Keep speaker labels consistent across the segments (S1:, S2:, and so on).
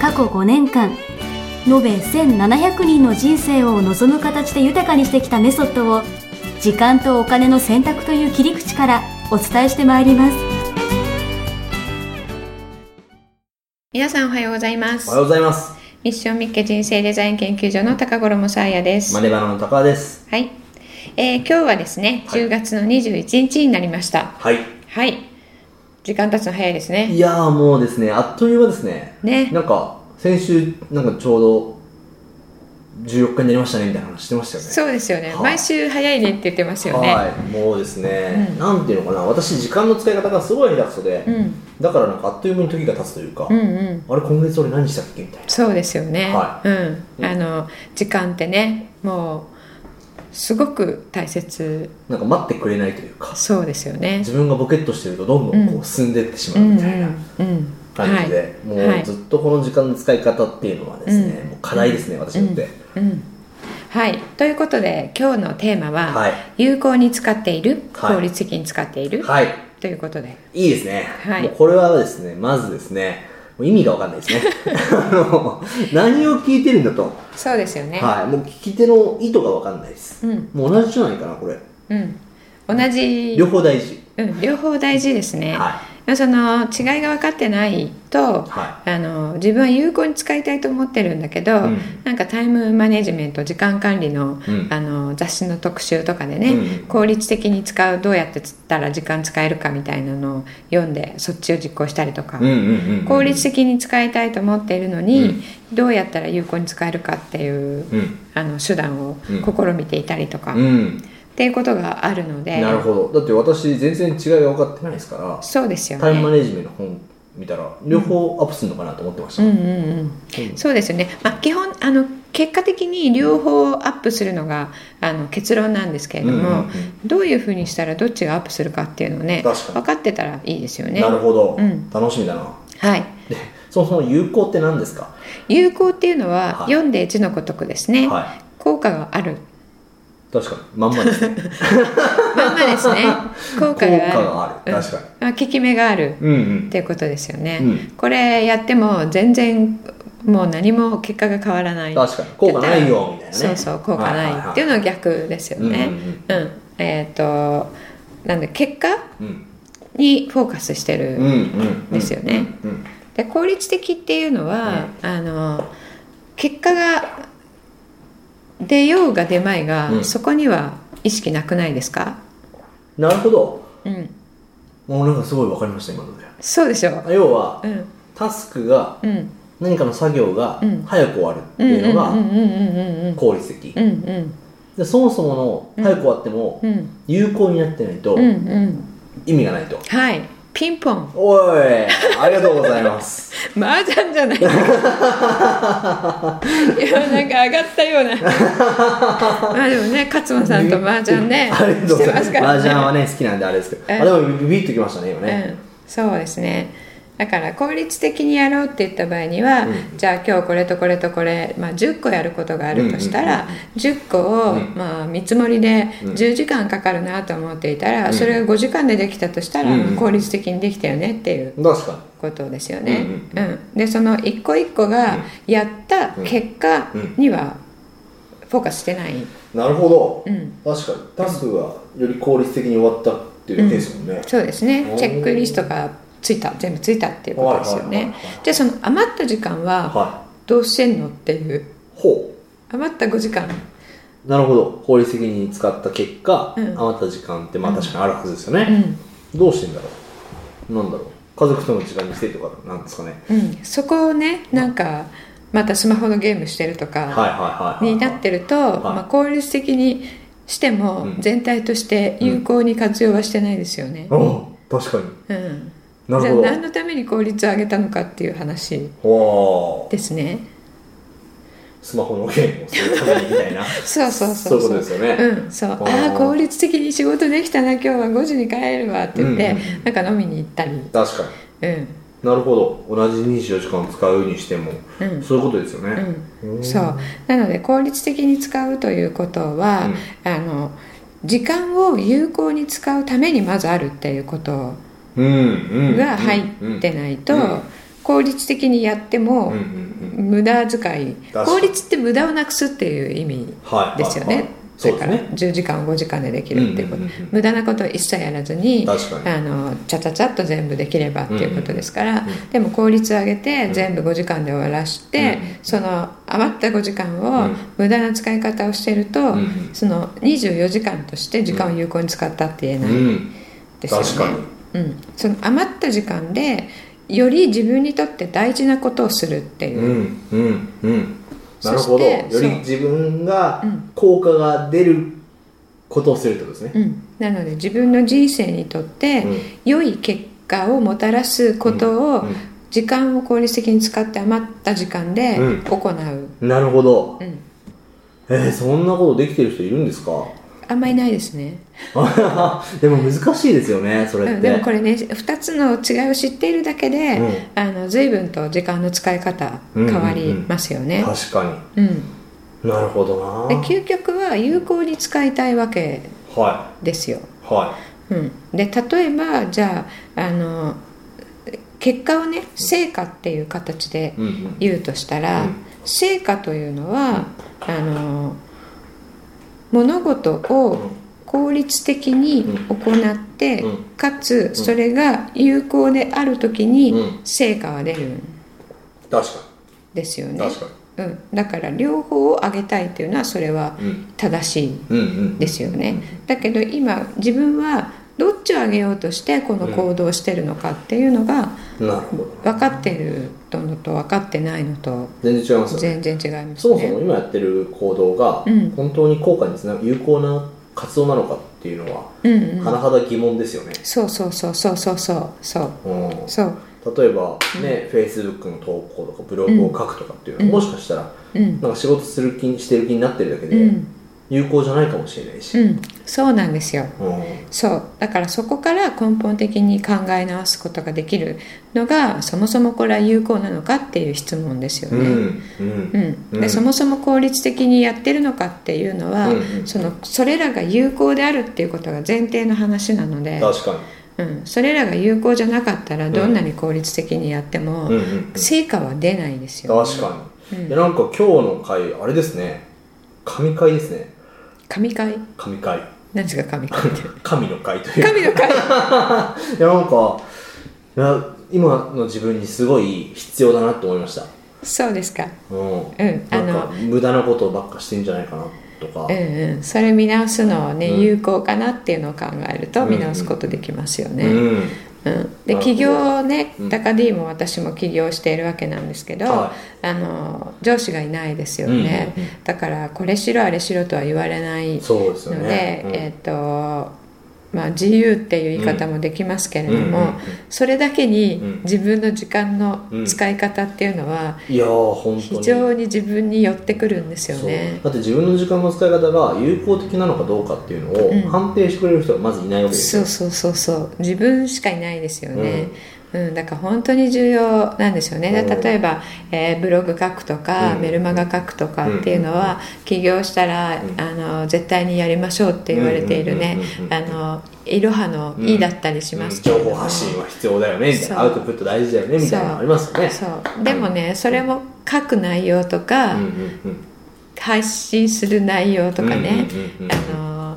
S1: 過去5年間延べ1700人の人生を望む形で豊かにしてきたメソッドを時間とお金の選択という切り口からお伝えしてまいります
S2: 皆さんおはようございます
S3: おはようございます。
S2: ミッションミッケ人生デザイン研究所の高頃もさあやです
S3: マ
S2: は
S3: ネバナの高田です。
S2: い、えー今日はですね
S3: はい
S2: 10月の21日になりました
S3: はい。
S2: はい時間経つの早いですね
S3: いやーもうですね、あっという間ですね。
S2: ね
S3: なんか、先週、なんかちょうど14日になりましたねみたいな話してましたよね。
S2: そうですよね
S3: はい
S2: 毎週早いねって言ってますよね
S3: はい。もうですね、
S2: うん
S3: なんていうのかな、私時間の使い方がすごい下手くそで、
S2: うん
S3: だからなんかあっという間に時が経つというか、
S2: うんうん
S3: あれ今月俺何したっけみたいな。
S2: そうですよね、
S3: は
S2: う
S3: うんん
S2: あの時間ってねもうすごく大切
S3: なんか待ってくれないというか、
S2: そうですよね
S3: 自分がボケっとしてるとどんどんこう進んでってし
S2: う
S3: まう
S2: う
S3: んみ
S2: ん
S3: たいな。
S2: うん
S3: 感じで、
S2: は
S3: も
S2: いう
S3: ずっとこの時間の使い方っていうのはですね、
S2: うん
S3: もう課題ですね、私にとって、
S2: うんはい、ということで今日のテーマは、
S3: はい
S2: 有効に使っている
S3: はい
S2: 効率的に使っている、
S3: はい
S2: ということで
S3: いいですね。
S2: はい
S3: もうこれはですね、まずですね、もう意味がわかんないですね。 あの、何を聞いてるんだと。
S2: そうですよね、
S3: はい。もう聞き手の意図がわかんないです。
S2: うん
S3: もう同じじゃないかな、これ。
S2: うん同じ
S3: 両方大事。
S2: うん、両方大事ですね、
S3: は
S2: その違いが分かってないと、
S3: は
S2: あの自分は有効に使いたいと思ってるんだけど、
S3: うん
S2: なんかタイムマネジメント時間管理の,、
S3: うん
S2: あの雑誌の特集とかでね、
S3: うん
S2: 効率的に使うどうやってつったら時間使えるかみたいなのを読んでそっちを実行したりとか、
S3: うんうんうんうん。
S2: 効率的に使いたいと思っているのに、
S3: うん
S2: どうやったら有効に使えるかっていう、
S3: うん。
S2: あの手段を
S3: うん
S2: 試みていたりとか、
S3: う
S2: っ
S3: ん。
S2: ていうことがあるので
S3: なるほど。だって私、全然違いが分かってないですから、
S2: そうですよね。
S3: タイムマネジメントの本見たら、両方アップするのかなと思ってました。
S2: うんうんうん、そうですよね、まあ、基本あの結果的に両方アップするのがあの結論なんですけれども、
S3: うんうんうん
S2: どういうふうにしたらどっちがアップするかっていうのをね
S3: 確かに
S2: 分かってたらいいですよね。
S3: なるほど、
S2: うん
S3: 楽しみだな。
S2: はい、
S3: で、そもそも有効って何ですか
S2: 有効っていうのは、
S3: はい
S2: 読んで字のごとくですね、
S3: は
S2: 効果がある
S3: 確かに、まんまですね。
S2: まんまです ね効
S3: 効
S2: 果
S3: 果
S2: がある
S3: がある。
S2: うん
S3: 確かに。
S2: まあ効き目がある
S3: うんう
S2: っ
S3: ん。
S2: ていうことですよね、
S3: うん
S2: これやっても全然もう何も結果が変わらない
S3: 確かに効果ないよみたいなね
S2: そうそう効果ないっていうのは逆ですよね、
S3: はいは
S2: う
S3: い
S2: んえっ、となんで結果
S3: うん
S2: にフォーカスしてる、
S3: うんうん
S2: ですよね。
S3: うん
S2: で効率的っていうのは、あの結果が出ようが出まいが、
S3: うん
S2: そこには意識なくないですか、
S3: なるほど。
S2: うん、
S3: もうなんかすごいわかりました今ので。
S2: そうでしょ
S3: 要は
S2: うん
S3: タスクが
S2: うん
S3: 何かの作業が
S2: うん
S3: 早く終わるって
S2: うんうん
S3: いううのが
S2: んうんうんうん
S3: 効率的
S2: う。んうん
S3: でそもそも
S2: うん
S3: の早く終わっても
S2: うん
S3: 有効になってないと
S2: うんうん
S3: 意味がないと。
S2: はいピンポン
S3: おいありがとうございます。
S2: 麻雀 じゃないいやなんか上がったよう なまあでもね勝間さんと麻雀ね
S3: ありがとうございます。
S2: してま
S3: 麻
S2: すか
S3: 雀
S2: ら
S3: は
S2: ね
S3: ね好きなんであれですけど。
S2: うん
S3: あでもビビッときましたね今ね。
S2: うん、そうですねだから効率的にやろうって言った場合には、
S3: うん
S2: じゃあ今日これとこれとこれ、まあ、10個やることがあるとしたら、
S3: うん
S2: 10個を、
S3: うん
S2: まあ、見積もりで
S3: うん
S2: 10時間かかるなと思っていたら、
S3: うん
S2: それが5時間でできたとしたら、
S3: うん
S2: 効率的にできたよねっていう
S3: 確か
S2: ことですよね。う
S3: うんん
S2: でその一個一個がやった結果にはフォーカスしてない。
S3: に。なるほど
S2: う。ん
S3: 確かにタスクがより効率的に終わったっていうだけですもんね、
S2: そうですね
S3: おー
S2: チェックリストがついた全部ついたっていうことですよ
S3: はいはい
S2: ね
S3: はいはい
S2: じゃあその余った時間は
S3: は
S2: どうしてんのっていう
S3: いほ
S2: 余った5時間
S3: うなるほど効率的に使った結果、
S2: うん
S3: 余った時間ってまあ確かにあるはずですよ
S2: う
S3: ね、
S2: ん、
S3: どうしてんだろうなんだろう家族との時間にしてとかなんですかね
S2: うん、そこをねなんかまたスマホのゲームしてると
S3: はいはい
S2: か
S3: はいはい
S2: になってると、まあ、効率的にしても
S3: うん
S2: 全体として有効に活用はしてないですよね、
S3: ああ確かに
S2: うん
S3: な
S2: じゃ
S3: る
S2: あ
S3: ほど
S2: 何のために効率を上げたのかっていう話
S3: おー
S2: ですね
S3: スマホのゲームをするためにみたいな
S2: そうそうそう
S3: そういうことですよね
S2: うんそう
S3: ー
S2: ああ効率的に仕事できたな今日は5時に帰るわって言って、
S3: うんうんうん
S2: なんか飲みに行ったりうん
S3: 確かになるほど同じ24時間使うにしても、
S2: うん
S3: そういうことですよね、
S2: う
S3: うん
S2: んそうなので効率的に使うということは、あの時間を有効に使うためにまずあるっていうこと
S3: うんうん
S2: が入ってないと、
S3: うんうん
S2: 効率的にやって
S3: うん
S2: も
S3: うんうん
S2: 無駄遣い
S3: 確かに
S2: 効率って無駄をなくすっていう意味
S3: はい
S2: ですよ
S3: はいは
S2: ね
S3: い、そうで
S2: だ
S3: すね
S2: から10時間5時間でできるっていうこと、
S3: うんうんうんうん
S2: 無駄なことを一切やらずに
S3: 確かに
S2: あのちゃちゃちゃっと全部できればっていうことですから、
S3: んうんうん
S2: でも効率を上げて全部5時間で終わらして、
S3: うんうん
S2: その余った5時間
S3: う
S2: を
S3: ん
S2: 無駄な使い方をしてると、
S3: んうん
S2: その24時間として時間を有効に使ったって言え
S3: う
S2: ない
S3: ん
S2: ですよね、
S3: 確かに
S2: うん、その余った時間でより自分にとって大事なことをするっていう
S3: う、んうんうんなるほど
S2: そ
S3: よ
S2: して
S3: り
S2: そう
S3: 自分が
S2: うん
S3: 効果が出ることをするってことですね、
S2: うん、なので自分の人生にとって
S3: うん
S2: 良い結果をもたらすことを
S3: うんうん
S2: 時間を効率的に使って余った時間で
S3: うん
S2: 行う、
S3: なるほど、
S2: うん
S3: えーそんなことできてる人いるんですか
S2: あんまりないですね、
S3: でも難しいですよねそれっ
S2: う
S3: て、
S2: ん、でもこれね2つの違いを知っているだけで、
S3: うん
S2: あの随分と時間の使い方変わりますよね、
S3: 確か
S2: うん
S3: になるほどな
S2: で究極は有効に使いたいわけ
S3: は
S2: ですよ、
S3: いは
S2: うん、で例えばじゃああの結果をね成果っていう形で
S3: い、うんうん、
S2: 言うとしたら、
S3: うん
S2: 成果というのは、あの物事を効率的に行って、
S3: うん
S2: かつそれが有効である時に
S3: う
S2: 成果は出るん
S3: 確か
S2: ですよね、
S3: に確かに
S2: うん、だから両方を上げたいというのはそれは
S3: うん
S2: 正しい
S3: うんうん
S2: ですよね、だけど今自分はどっちを上げようとしてこの行動をしてるのかっていうのが
S3: なるほど
S2: 分かってるのと分かってないのと
S3: 全然違いますよね
S2: 全然違いますね。
S3: そもそも今やってる行動が
S2: うん
S3: 本当に効果につな有効な活動なのかっていうのは
S2: うんうん
S3: 甚だ疑問ですよね、
S2: そうそうそうそうそうそうそう
S3: うん、
S2: そう
S3: 例えばね、Facebook の投稿とかブログを書くとかっていうのはもしかしたら
S2: うん
S3: なんか仕事する気にしてる気になってるだけ
S2: う
S3: で
S2: ん
S3: 有効じゃないかもしれないし、
S2: うんそうなんですよ
S3: うん
S2: そうだからそこから根本的に考え直すことができるのがそもそもこれは有効なのかっていう質問ですよ
S3: う
S2: ね、
S3: んうん
S2: うん
S3: うん
S2: でそもそも効率的にやってるのかっていうのは、
S3: うんうん
S2: そのそれらが有効であるっていうことが前提の話なので、
S3: 確か
S2: うん、それらが有効じゃなかったらどんなに効率的にやっても、
S3: に、うんうんうん、
S2: 成果は出ないですよ、
S3: 確かに、でなんか今日の回あれですね神回ですね
S2: 神会
S3: 神回
S2: 何ですか神会って
S3: 神の回という
S2: 神の会
S3: いやなんかいや今の自分にすごい必要だなと思いました、
S2: そうですか
S3: うん
S2: うんあ
S3: な
S2: の
S3: んか無駄なことばっかしてんじゃないかなとか、
S2: うんうんそれ見直すのをね、
S3: うん
S2: 有効かなっていうのを考えると見直すことできますよね、
S3: うん
S2: うん、で
S3: なるほど
S2: 起業をね
S3: うん
S2: 高 D も私も起業しているわけなんですけど、
S3: は
S2: あの上司がいないですよね、
S3: うんうんう
S2: だからこれしろあれしろとは言われないので
S3: そうですよねうん
S2: えっ、とまあ自由っていう言い方もできますけれども、
S3: うんうんうん
S2: それだけ
S3: うん
S2: に自分の時間の使い方っていうのはい
S3: やー本当に
S2: 非常に自分に寄ってくるんですよね
S3: そう。だって自分の時間の使い方が有効的なのかどうかっていうの
S2: うん
S3: を判定してくれる人がまずいないわけです
S2: そ
S3: よ、
S2: うそうそうそう自分しかいないですよね、うんだから本当に重要なんですよねだ
S3: うん
S2: 例えば、えーブログ書くとか、
S3: うん
S2: メルマガ書くとかっていうのは、起業したら、
S3: うん
S2: あの絶対にやりましょうって言われているね
S3: うんうん
S2: あのいろはの「い」だったりしますけれ
S3: 情
S2: ども、
S3: 報発信は必要だよねみたい
S2: そう
S3: なアウトプット大事だよねみたいなのありますよね
S2: そうでもねそれも書く内容とか、
S3: うんうんうん
S2: 配信する内容とかね、
S3: うんうんうんうん
S2: あの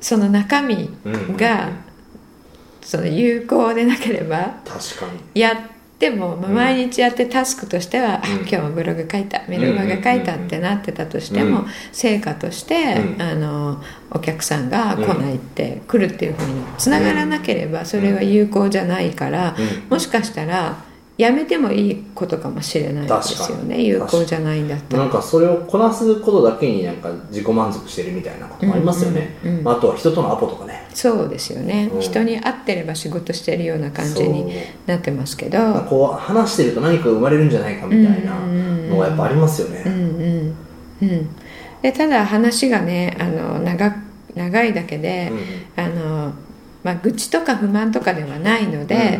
S2: その中身が、
S3: うんうんうん
S2: その有効でなければ
S3: 確かに
S2: やっても、まあ毎日やってタスクとしては、あ
S3: うん
S2: 今日もブログ書いたメルマガ書いたってなってたとしても、
S3: うん
S2: 成果として、
S3: うん
S2: あのお客さんが来ないって、来るっていうふうにつながらなければそれは有効じゃないから、
S3: うん
S2: もしかしたらやめてもいいことかもしれないですよ
S3: 確か
S2: ね
S3: に
S2: 有効じゃないんだったら
S3: なんかそれをこなすことだけになんか自己満足してるみたいなこともありますよね、
S2: うんうんうん
S3: まあ、あとは人とのアポとかね
S2: そうですよね、
S3: うん
S2: 人に合ってれば仕事してるような感じに
S3: そう
S2: なってますけ
S3: なんか
S2: ど
S3: こう話してると何か生まれるんじゃないかみたいなのがやっぱありますよね、
S2: うんうんうんでただ話がねあの長長いだけで、あのまあ、愚痴とか不満とかではないので、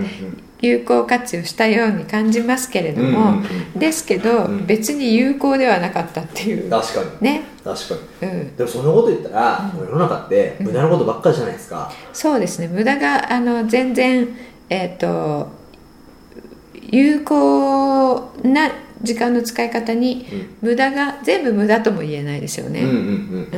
S2: 有効活用したように感じますけれども、
S3: うんうん
S2: ですけど、
S3: うん
S2: 別に有効ではなかったっていう
S3: 確かに
S2: ね、
S3: 確かに
S2: うん、
S3: でもそんなこと言ったら、世の中って無駄なことばっかりじゃないですか、
S2: そうですね無駄があの全然えっ、と有効な時間の使い方に
S3: うん
S2: 無駄が全部無駄とも言えないですよね、
S3: うんうんう
S2: うん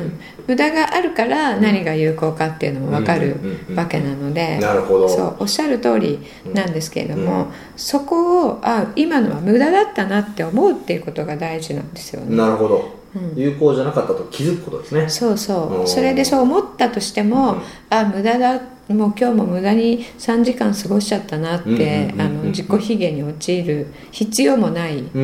S2: ん、無駄があるから何が有効かっていうのも分かる
S3: うんうんうんうん
S2: わけなので
S3: なるほど
S2: そうおっしゃる通りなんですけれども、
S3: う
S2: そこをあ今のは無駄だったなって思うっていうことが大事なんですよね。
S3: なるほど、
S2: うん
S3: 有効じゃなかったと気づくことですね
S2: そうそ
S3: おー
S2: うそれでそう思ったとしても、
S3: うん
S2: あ無駄だもう今日も無駄に3時間過ごしちゃったなっ
S3: うんうんうん
S2: て
S3: うん
S2: あの自己卑下に陥る必要もない
S3: う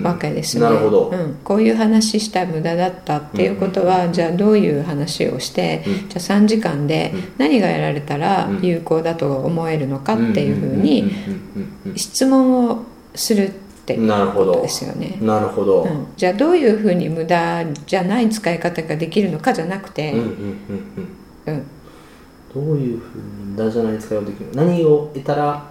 S3: ん
S2: わけですね、
S3: なるほど、
S2: うん、こういう話した無駄だったっていうことは、じゃあどういう話をして、
S3: うん
S2: じゃあ3時間で
S3: うん
S2: 何がやられたら
S3: うん
S2: 有効だと思えるのかっていうふう
S3: うん
S2: に
S3: うんうんうん
S2: 質問をするって
S3: なるほ
S2: こと
S3: ど
S2: ですよね。
S3: なるほど、
S2: う
S3: うん
S2: ん、じゃあどういうふうに無駄じゃない使い方ができるのかじゃなくて、
S3: うんうんうん
S2: うん
S3: どういうふうに無駄じゃない使いをできる何を得たら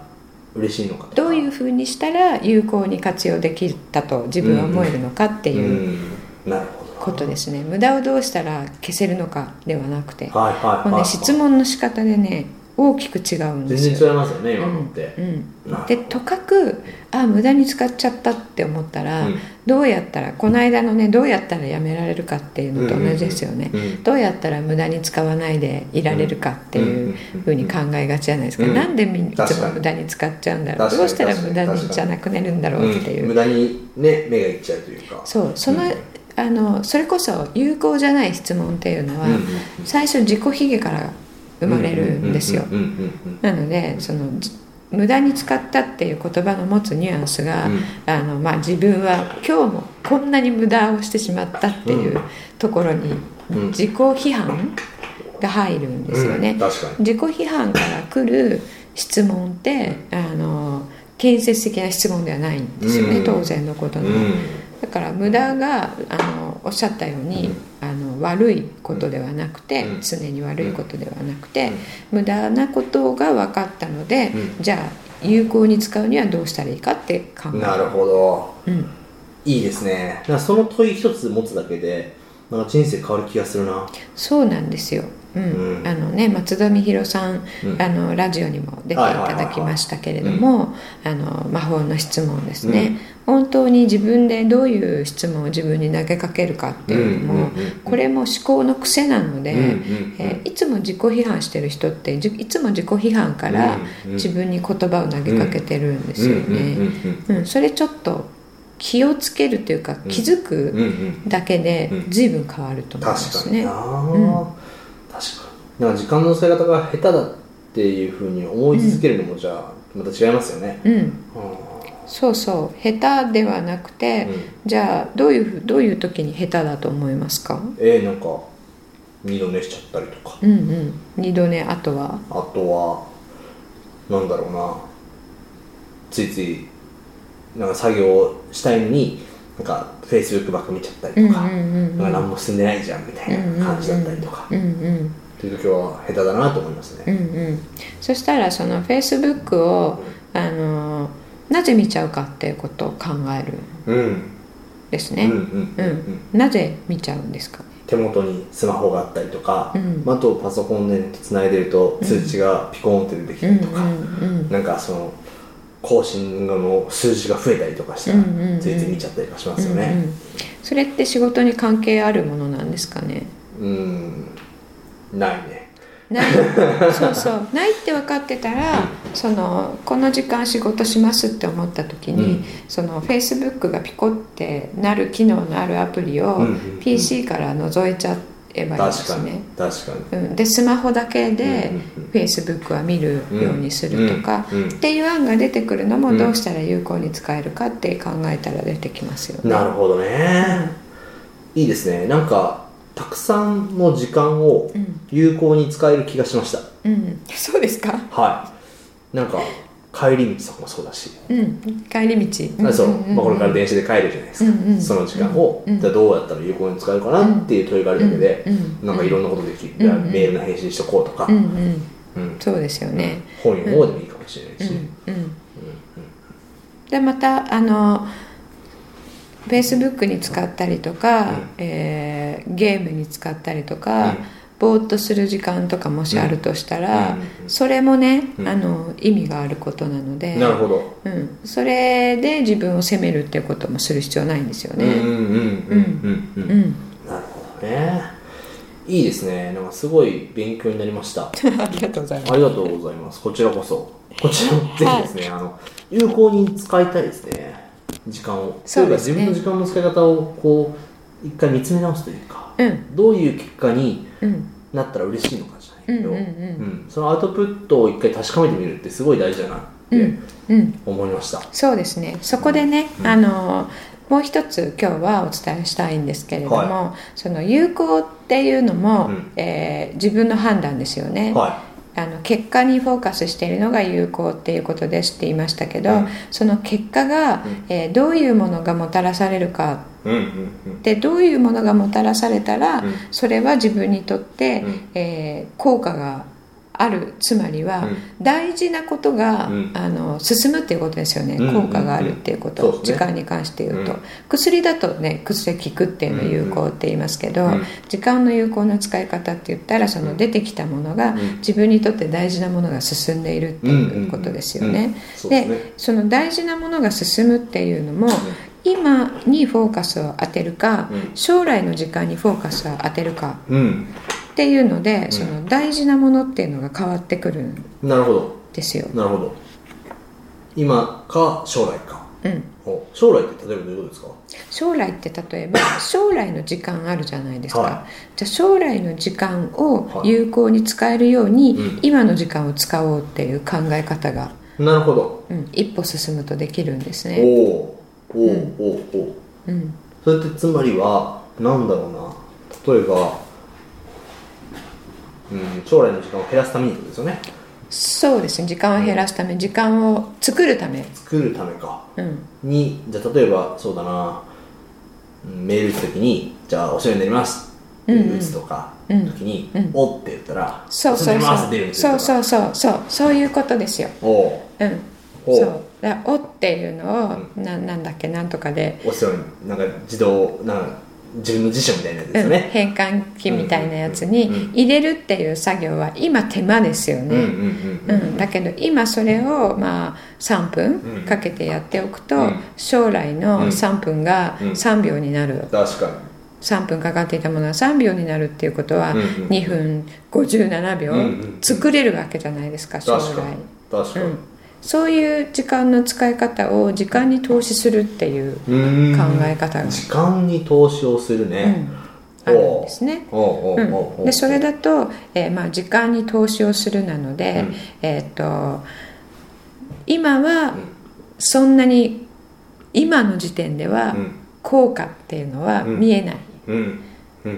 S3: 嬉しいのかとか
S2: どういうふうにしたら有効に活用できたと自分は思えるのかっていう
S3: うんなるほど
S2: ことですね、無駄をどうしたら消せるのかではなくて、
S3: はいはいはい、
S2: もうね、質問の仕方でね大きく違うんですよ
S3: 全然違いますよね今のって、
S2: うん
S3: なるほど
S2: でとかくあ無駄に使っちゃったって思ったら、
S3: うん
S2: どうやったらこの間のねどうやったらやめられるかっていうのと同じですよね、
S3: うんうんうんうん
S2: どうやったら無駄に使わないでいられるかっていうふうに考えがちじゃないですか、
S3: うんうんうん
S2: なんでみんい
S3: 確
S2: つ
S3: か
S2: も
S3: に
S2: 無駄に使っちゃうんだろう
S3: 確かに
S2: どうしたら無駄にじゃなくなるんだろうっていう、
S3: ん無駄にね目がいっちゃうというか
S2: そうその,、
S3: うん
S2: あのそれこそ有効じゃない質問っていうのは、
S3: うんうんうん
S2: 最初自己卑下から生まれるんですよ、
S3: うんうんうん
S2: なのでそのじ無駄に使ったっていう言葉の持つニュアンスが、
S3: うん
S2: あのまあ、自分は今日もこんなに無駄をしてしまったっていうところに
S3: うん
S2: 自己批判が入るんですよね。
S3: うん確かに
S2: 自己批判から来る質問ってあの建設的な質問ではないんですよね、
S3: うん
S2: 当然のこと
S3: うん
S2: の。だから無駄があのおっしゃったように、あの悪いことではなくて、
S3: うん
S2: 常に悪いことではなくて
S3: うん、
S2: 無駄なことが分かったので、
S3: う
S2: じゃあ有効に使うにはどうしたらいいかって考え
S3: なるほど
S2: うん、
S3: いいですねだからその問い一つ持つだけでなんか人生変わる気がするな
S2: そうなんですよ、うん
S3: うん
S2: あのね、松田美弘さん、
S3: うん
S2: あのラジオにも出ていただきましたけれどもあの魔法の質問ですね、本当に自分でどういう質問を自分に投げかけるかっていうのも、
S3: うんうんうんうん
S2: これも思考の癖なので、
S3: うんうんうん
S2: えーいつも自己批判してる人ってじいつも自己批判から
S3: うんうん
S2: 自分に言葉を投げかけてるんですよ
S3: うんうん
S2: ね。うんそれちょっと気をつけるというか気づく
S3: うんうんうん
S2: だけで
S3: うん
S2: 随分変わると思いま
S3: 確か
S2: す
S3: に
S2: ね。
S3: な、
S2: ん
S3: 確かになんか時間の使い方が下手だっていうふうに思い続けるのもじゃあまた違いますよね、
S2: うん、
S3: う
S2: そうそう下手ではなくて、
S3: ん
S2: じゃあどういうふうどういう時に下手だと思いますか
S3: えー、なんか二度寝しちゃったりとか
S2: うんうん二度寝あとは
S3: あとはなんだろうなついついなんか作業したいのになんかフェイスブックばっか見ちゃったりとか,、
S2: うんうんうんうん
S3: なんか何も進んでないじゃんみたいな感じだったりとか、
S2: うんうん
S3: っていう時は下手だなと思います
S2: う
S3: ね、
S2: んうんそしたらそのフェイスブックをあのなぜ見ちゃうかっていうことを考えるん
S3: うん
S2: です
S3: うん
S2: ね
S3: うんうんうんうん
S2: なぜ見ちゃうんですかね
S3: 手元にスマホがあったりとか、
S2: うん
S3: まああとパソコンでつないでると通知がピコーンって出てきたりと
S2: う
S3: か、
S2: ん
S3: なんかその更新の数字が増えたりとかした
S2: うんうんう
S3: ら
S2: ん
S3: ついつい見ちゃったりとかしま
S2: うん
S3: すよ
S2: うんう
S3: ね
S2: んそれって仕事に関係あるものなんですかね
S3: うんないね
S2: ないそうそうないって分かってたらそのこの時間仕事しますって思った時に、
S3: うん
S2: そのフェイスブックがピコってなる機能のあるアプリを
S3: うんうんうん
S2: PC から覗いちゃえばいいで
S3: 確か
S2: す
S3: に
S2: ね。
S3: 確かに
S2: うん、でスマホだけで
S3: うんうんうん
S2: Facebook は見るようにするとか、
S3: うんうん
S2: っていう案が出てくるのもどうしたら有効に使えるかって考えたら出てきますよね。
S3: なるほどね、いいですねなんかたくさんの時間を
S2: うん
S3: 有効に使える気がしました、
S2: うん、そうですか、
S3: はいなんか帰り道とかもそうだし、
S2: うん、帰り道、うん
S3: そう、
S2: んんん
S3: まあ、これから電車で帰るじゃないですか、
S2: うんうん
S3: その時間を、
S2: うん
S3: じゃあどうやったら有効に使えるかなっていう問いがあるだけで、
S2: うんうん
S3: なんかいろんなことできる、
S2: ん
S3: じゃあメールの返信しとこうとか、
S2: うんうん、
S3: うん
S2: そうですよね。
S3: 本読もうでもいいかもしれな
S2: う
S3: いし、
S2: んうん、でまたあの Facebook に使ったりとか、えーゲームに使ったりとか、
S3: うん
S2: ぼーっとする時間とかもしあるとしたら、
S3: うんうんうん
S2: それもね、
S3: うん
S2: あの意味があることなので
S3: なるほど、
S2: うん、それで自分を責めるっていうこともする必要ないんですよね。
S3: うんうんうんうんうん、
S2: うん
S3: なるほどねいいですねなんかすごい勉強になりました
S2: ありがとうございます。
S3: ありがとうございます。こちらこそ。こちらもぜひですね、あの、有効に使いたいですね。時間を。
S2: そうです
S3: とい
S2: ね
S3: うか、自分の時間の使い方を、こう、一回見つめ直すというか、
S2: うん
S3: どういう結果に
S2: うん
S3: なったら嬉しいのかじゃないけど、
S2: うんうんうん
S3: うんそのアウトプットを一回確かめてみるってすごい大事だなって
S2: うん
S3: 思いました。
S2: そうですねそこでね、
S3: うん
S2: あのもう一つ今日はお伝えしたいんですけれども、
S3: は
S2: その有効っていうのも、
S3: うん
S2: えー自分の判断ですよね、
S3: は
S2: あの結果にフォーカスしているのが有効っていうことですって言いましたけど、
S3: うん
S2: その結果が、
S3: うん
S2: えーどういうものがもたらされるか
S3: い。うんうん
S2: でどういうものがもたらされたら、
S3: うん
S2: それは自分にとって、
S3: うん
S2: えー効果があるつまりは、
S3: う
S2: 大事なことが、
S3: うん
S2: あの進むっていうことですよね、
S3: うん
S2: 効果があるっていうこと、
S3: うんうんそうです
S2: 時
S3: ね
S2: 間に関して言うと、
S3: うん
S2: 薬だとね薬効くっていうのを有効って言いますけど、
S3: うんうん
S2: 時間の有効な使い方って言ったらその出てきたものが、
S3: ん
S2: 自分にとって大事なものが進んでいるっていうことですよね。
S3: うんうんうんそうですね
S2: でその大事なものが進むっていうのも、今にフォーカスを当てるか、
S3: うん
S2: 将来の時間にフォーカスを当てるか
S3: うん。うん。
S2: っていうので、その大事なものっていうのが変わってくるん
S3: なるほど。
S2: ですよ。
S3: なるほど。今か将来か。
S2: うん、
S3: お将来って例えばどういうことですか
S2: 将来って例えば将来の時間あるじゃないですか、
S3: は
S2: じゃあ将来の時間を
S3: はい
S2: 有効に使えるように、
S3: うん
S2: 今の時間を使おうっていう考え方が、
S3: なるほど。
S2: うん、一歩進むとできるんですね。
S3: おおおおおおお
S2: うん
S3: それってつまりはなんだろうな例えば、うん、将来の時間を減らすためにってことですよね
S2: そうですね時間を減らすため、時間を作るため、
S3: 作るためか
S2: うん
S3: にじゃあ例えばそうだなうんメール打つときにじゃあお世話になりますって打つとか、
S2: うん
S3: 時に、
S2: うん
S3: おって言ったら
S2: そうそう
S3: お世話になりますって出るん
S2: そう
S3: ですよ
S2: そうそうそうそうそういうことですよ。
S3: おお
S2: うん
S3: お
S2: そうだからおっていうのを、ななんだっけなんとかで、
S3: お世話になんか自動なんか自分の辞書みたいなやつですよ
S2: うん
S3: ね、
S2: 変換器みたいなやつ
S3: うんうんうん
S2: に入れるっていう作業は今手間ですよ
S3: うん、うん
S2: ね、
S3: うんうん
S2: だけど今それをまあ3
S3: う
S2: 分
S3: ん
S2: かけてやっておくと、
S3: うん
S2: 将来
S3: うん
S2: の3分が
S3: うん
S2: 3秒になる、
S3: 確かに
S2: 3分かかっていたものが3秒になるっていうことは
S3: うんうんうん
S2: 2分57
S3: うんうんう
S2: 秒
S3: ん
S2: 作れるわけじゃないですか将来。
S3: 確かに確かに、
S2: うんそういう時間の使い方を時間に投資するっていう
S3: うーん
S2: 考え方が
S3: 時間に投資をするね、
S2: あるんですね。
S3: おうおうおうおう
S2: うん、でそれだと、えーまあ、時間に投資をするなので、
S3: うん
S2: えーっと今はそんなに今の時点では
S3: うん
S2: 効果っていうのは
S3: うん
S2: 見えない、
S3: うんうん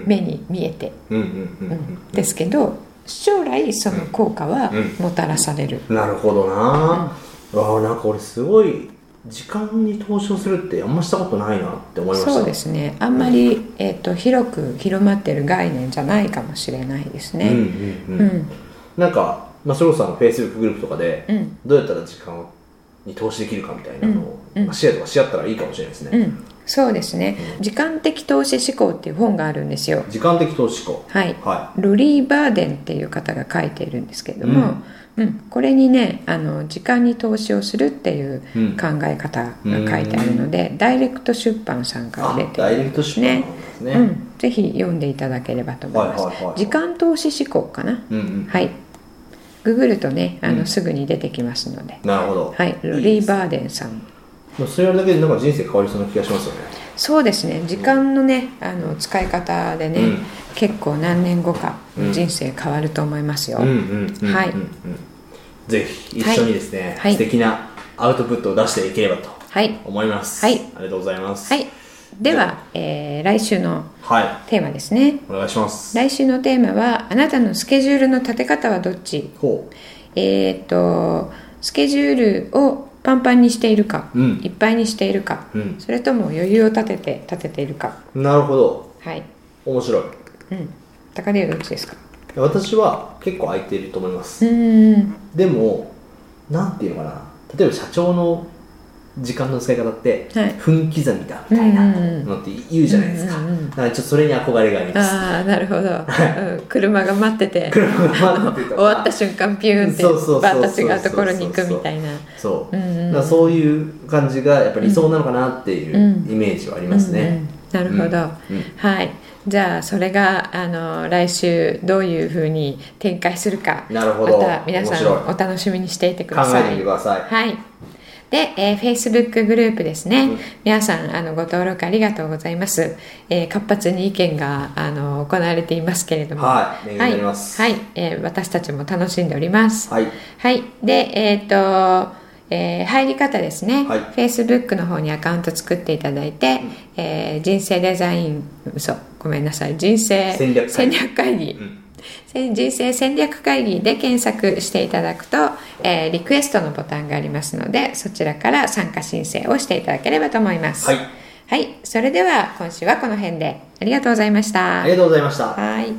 S2: 目に見えて、
S3: うんうんうんう
S2: うん
S3: ん
S2: ですけど将来その効果は
S3: うん
S2: もたらされる、
S3: なるほどな、ああなんか俺すごい時間に投資をするってあんましたことないなって思いました
S2: そうですねあんまり、えーっと広く広まってる概念じゃないかもしれないです
S3: うん
S2: ね。
S3: うん
S2: う
S3: うん、
S2: ん
S3: なんか、まあ、それこそあのフェイスブックグループとかで、
S2: うん
S3: どうやったら時間をに投資できるかみたいなのを、
S2: うんうん
S3: まあシェアとかし合ったらいいかもしれないですね、
S2: うん、そうですね時間的投資思考っていう本があるんですよ。
S3: 時間的投資か
S2: はい、
S3: は
S2: ロリー・バーデンっていう方が書いているんですけれども、うんこれにねあの時間に投資をするっていう
S3: うん
S2: 考え方が書いてあるので、ダイレクト出版さんから
S3: あ
S2: 出て
S3: ダイ
S2: る
S3: レ
S2: ん
S3: クト
S2: です
S3: 出版
S2: ね
S3: なんです
S2: う
S3: ね
S2: ん、ぜひ読んでいただければと思います、
S3: はいはいはい
S2: 時間投資思考かな、
S3: うんうん
S2: はいググるとねあの、
S3: うん
S2: すぐに出てきますので、
S3: なるほど
S2: はい、ロリー・バーデンさん
S3: でもそれやるだけでなんか人生変わりそうな気がしますよね。
S2: そうですね時間のねあの使い方でね、
S3: うん
S2: 結構何年後か
S3: うん
S2: 人生変わると思いますよ、
S3: うんうんうんうん
S2: はい
S3: うんぜひ一緒にですね、
S2: はい
S3: 素敵なアウトプットを出していければと
S2: はい
S3: 思います、
S2: はい
S3: ありがとうございます
S2: はいでは、えー来週の
S3: はい
S2: テーマですね
S3: お願いします
S2: 来週のテーマはあなたのスケジュールの立て方はどっち
S3: ほ
S2: えーっとスケジュールをパンパンにしているか、
S3: うん
S2: いっぱいにしているか、
S3: うん
S2: それとも余裕を立てて立てているか
S3: うなるほど
S2: はい、
S3: 面白い
S2: うん、高利はどっちですか
S3: 私は結構空いていると思います、
S2: うん
S3: でもなんていうのかな例えば社長の時間の使い方って、
S2: はい
S3: 分刻みだみたいなのって言うじゃないですか、
S2: うんうんうん
S3: なんかちょっとそれに憧れがあります
S2: ああなるほど、うん、車が待ってて
S3: 車が待っててとか
S2: 終わった瞬間ピューンって
S3: そうそうそう
S2: バーッ
S3: そう
S2: と違うところに行くみたいな
S3: そう、
S2: うんうんうん
S3: だからそういう感じがやっぱり理想なのかなっていううイメージはありますね、
S2: うんうんなるほど、
S3: うんうん
S2: はいじゃあそれがあの来週どういうふうに展開するか
S3: なるほど
S2: また皆さ
S3: 面
S2: ん
S3: 白い
S2: お楽しみにしていてく
S3: 考
S2: ださ
S3: えてみて
S2: い
S3: ください、
S2: はいで、えー、Facebook グループですね、
S3: うん
S2: 皆さんあのご登録ありがとうございます、えー活発に意見があの行われていますけれども
S3: は
S2: は
S3: い勉
S2: い
S3: 強になります
S2: はいえー私たちも楽しんでおります
S3: はい
S2: はい、で、えーっと、えー入り方ですね、
S3: はい
S2: Facebook の方にアカウント作っていただいて、えー人生デザイン嘘ごめんなさい人生
S3: 戦略会議
S2: 会議、
S3: ん
S2: せ人生戦略会議で検索していただくと、えーリクエストのボタンがありますのでそちらから参加申請をしていただければと思います
S3: はい、
S2: はい、それでは今週はこの辺でありがとうございました
S3: ありがとうございました
S2: はい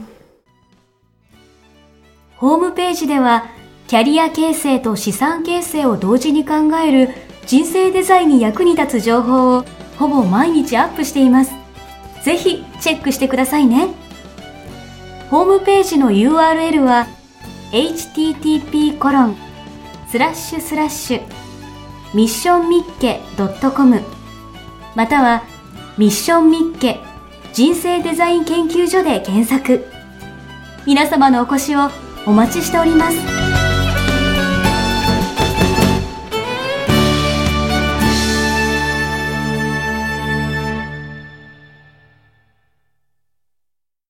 S1: ホームページでは、キャリア形成と資産形成を同時に考える人生デザインに役に立つ情報をほぼ毎日アップしています。ぜひチェックしてくださいね。ホームページの URL は http コロンスラッシュスラッシュミッションミッケ .com またはミッションミッケ人生デザイン研究所で検索。皆様のお越しをお待ちしております。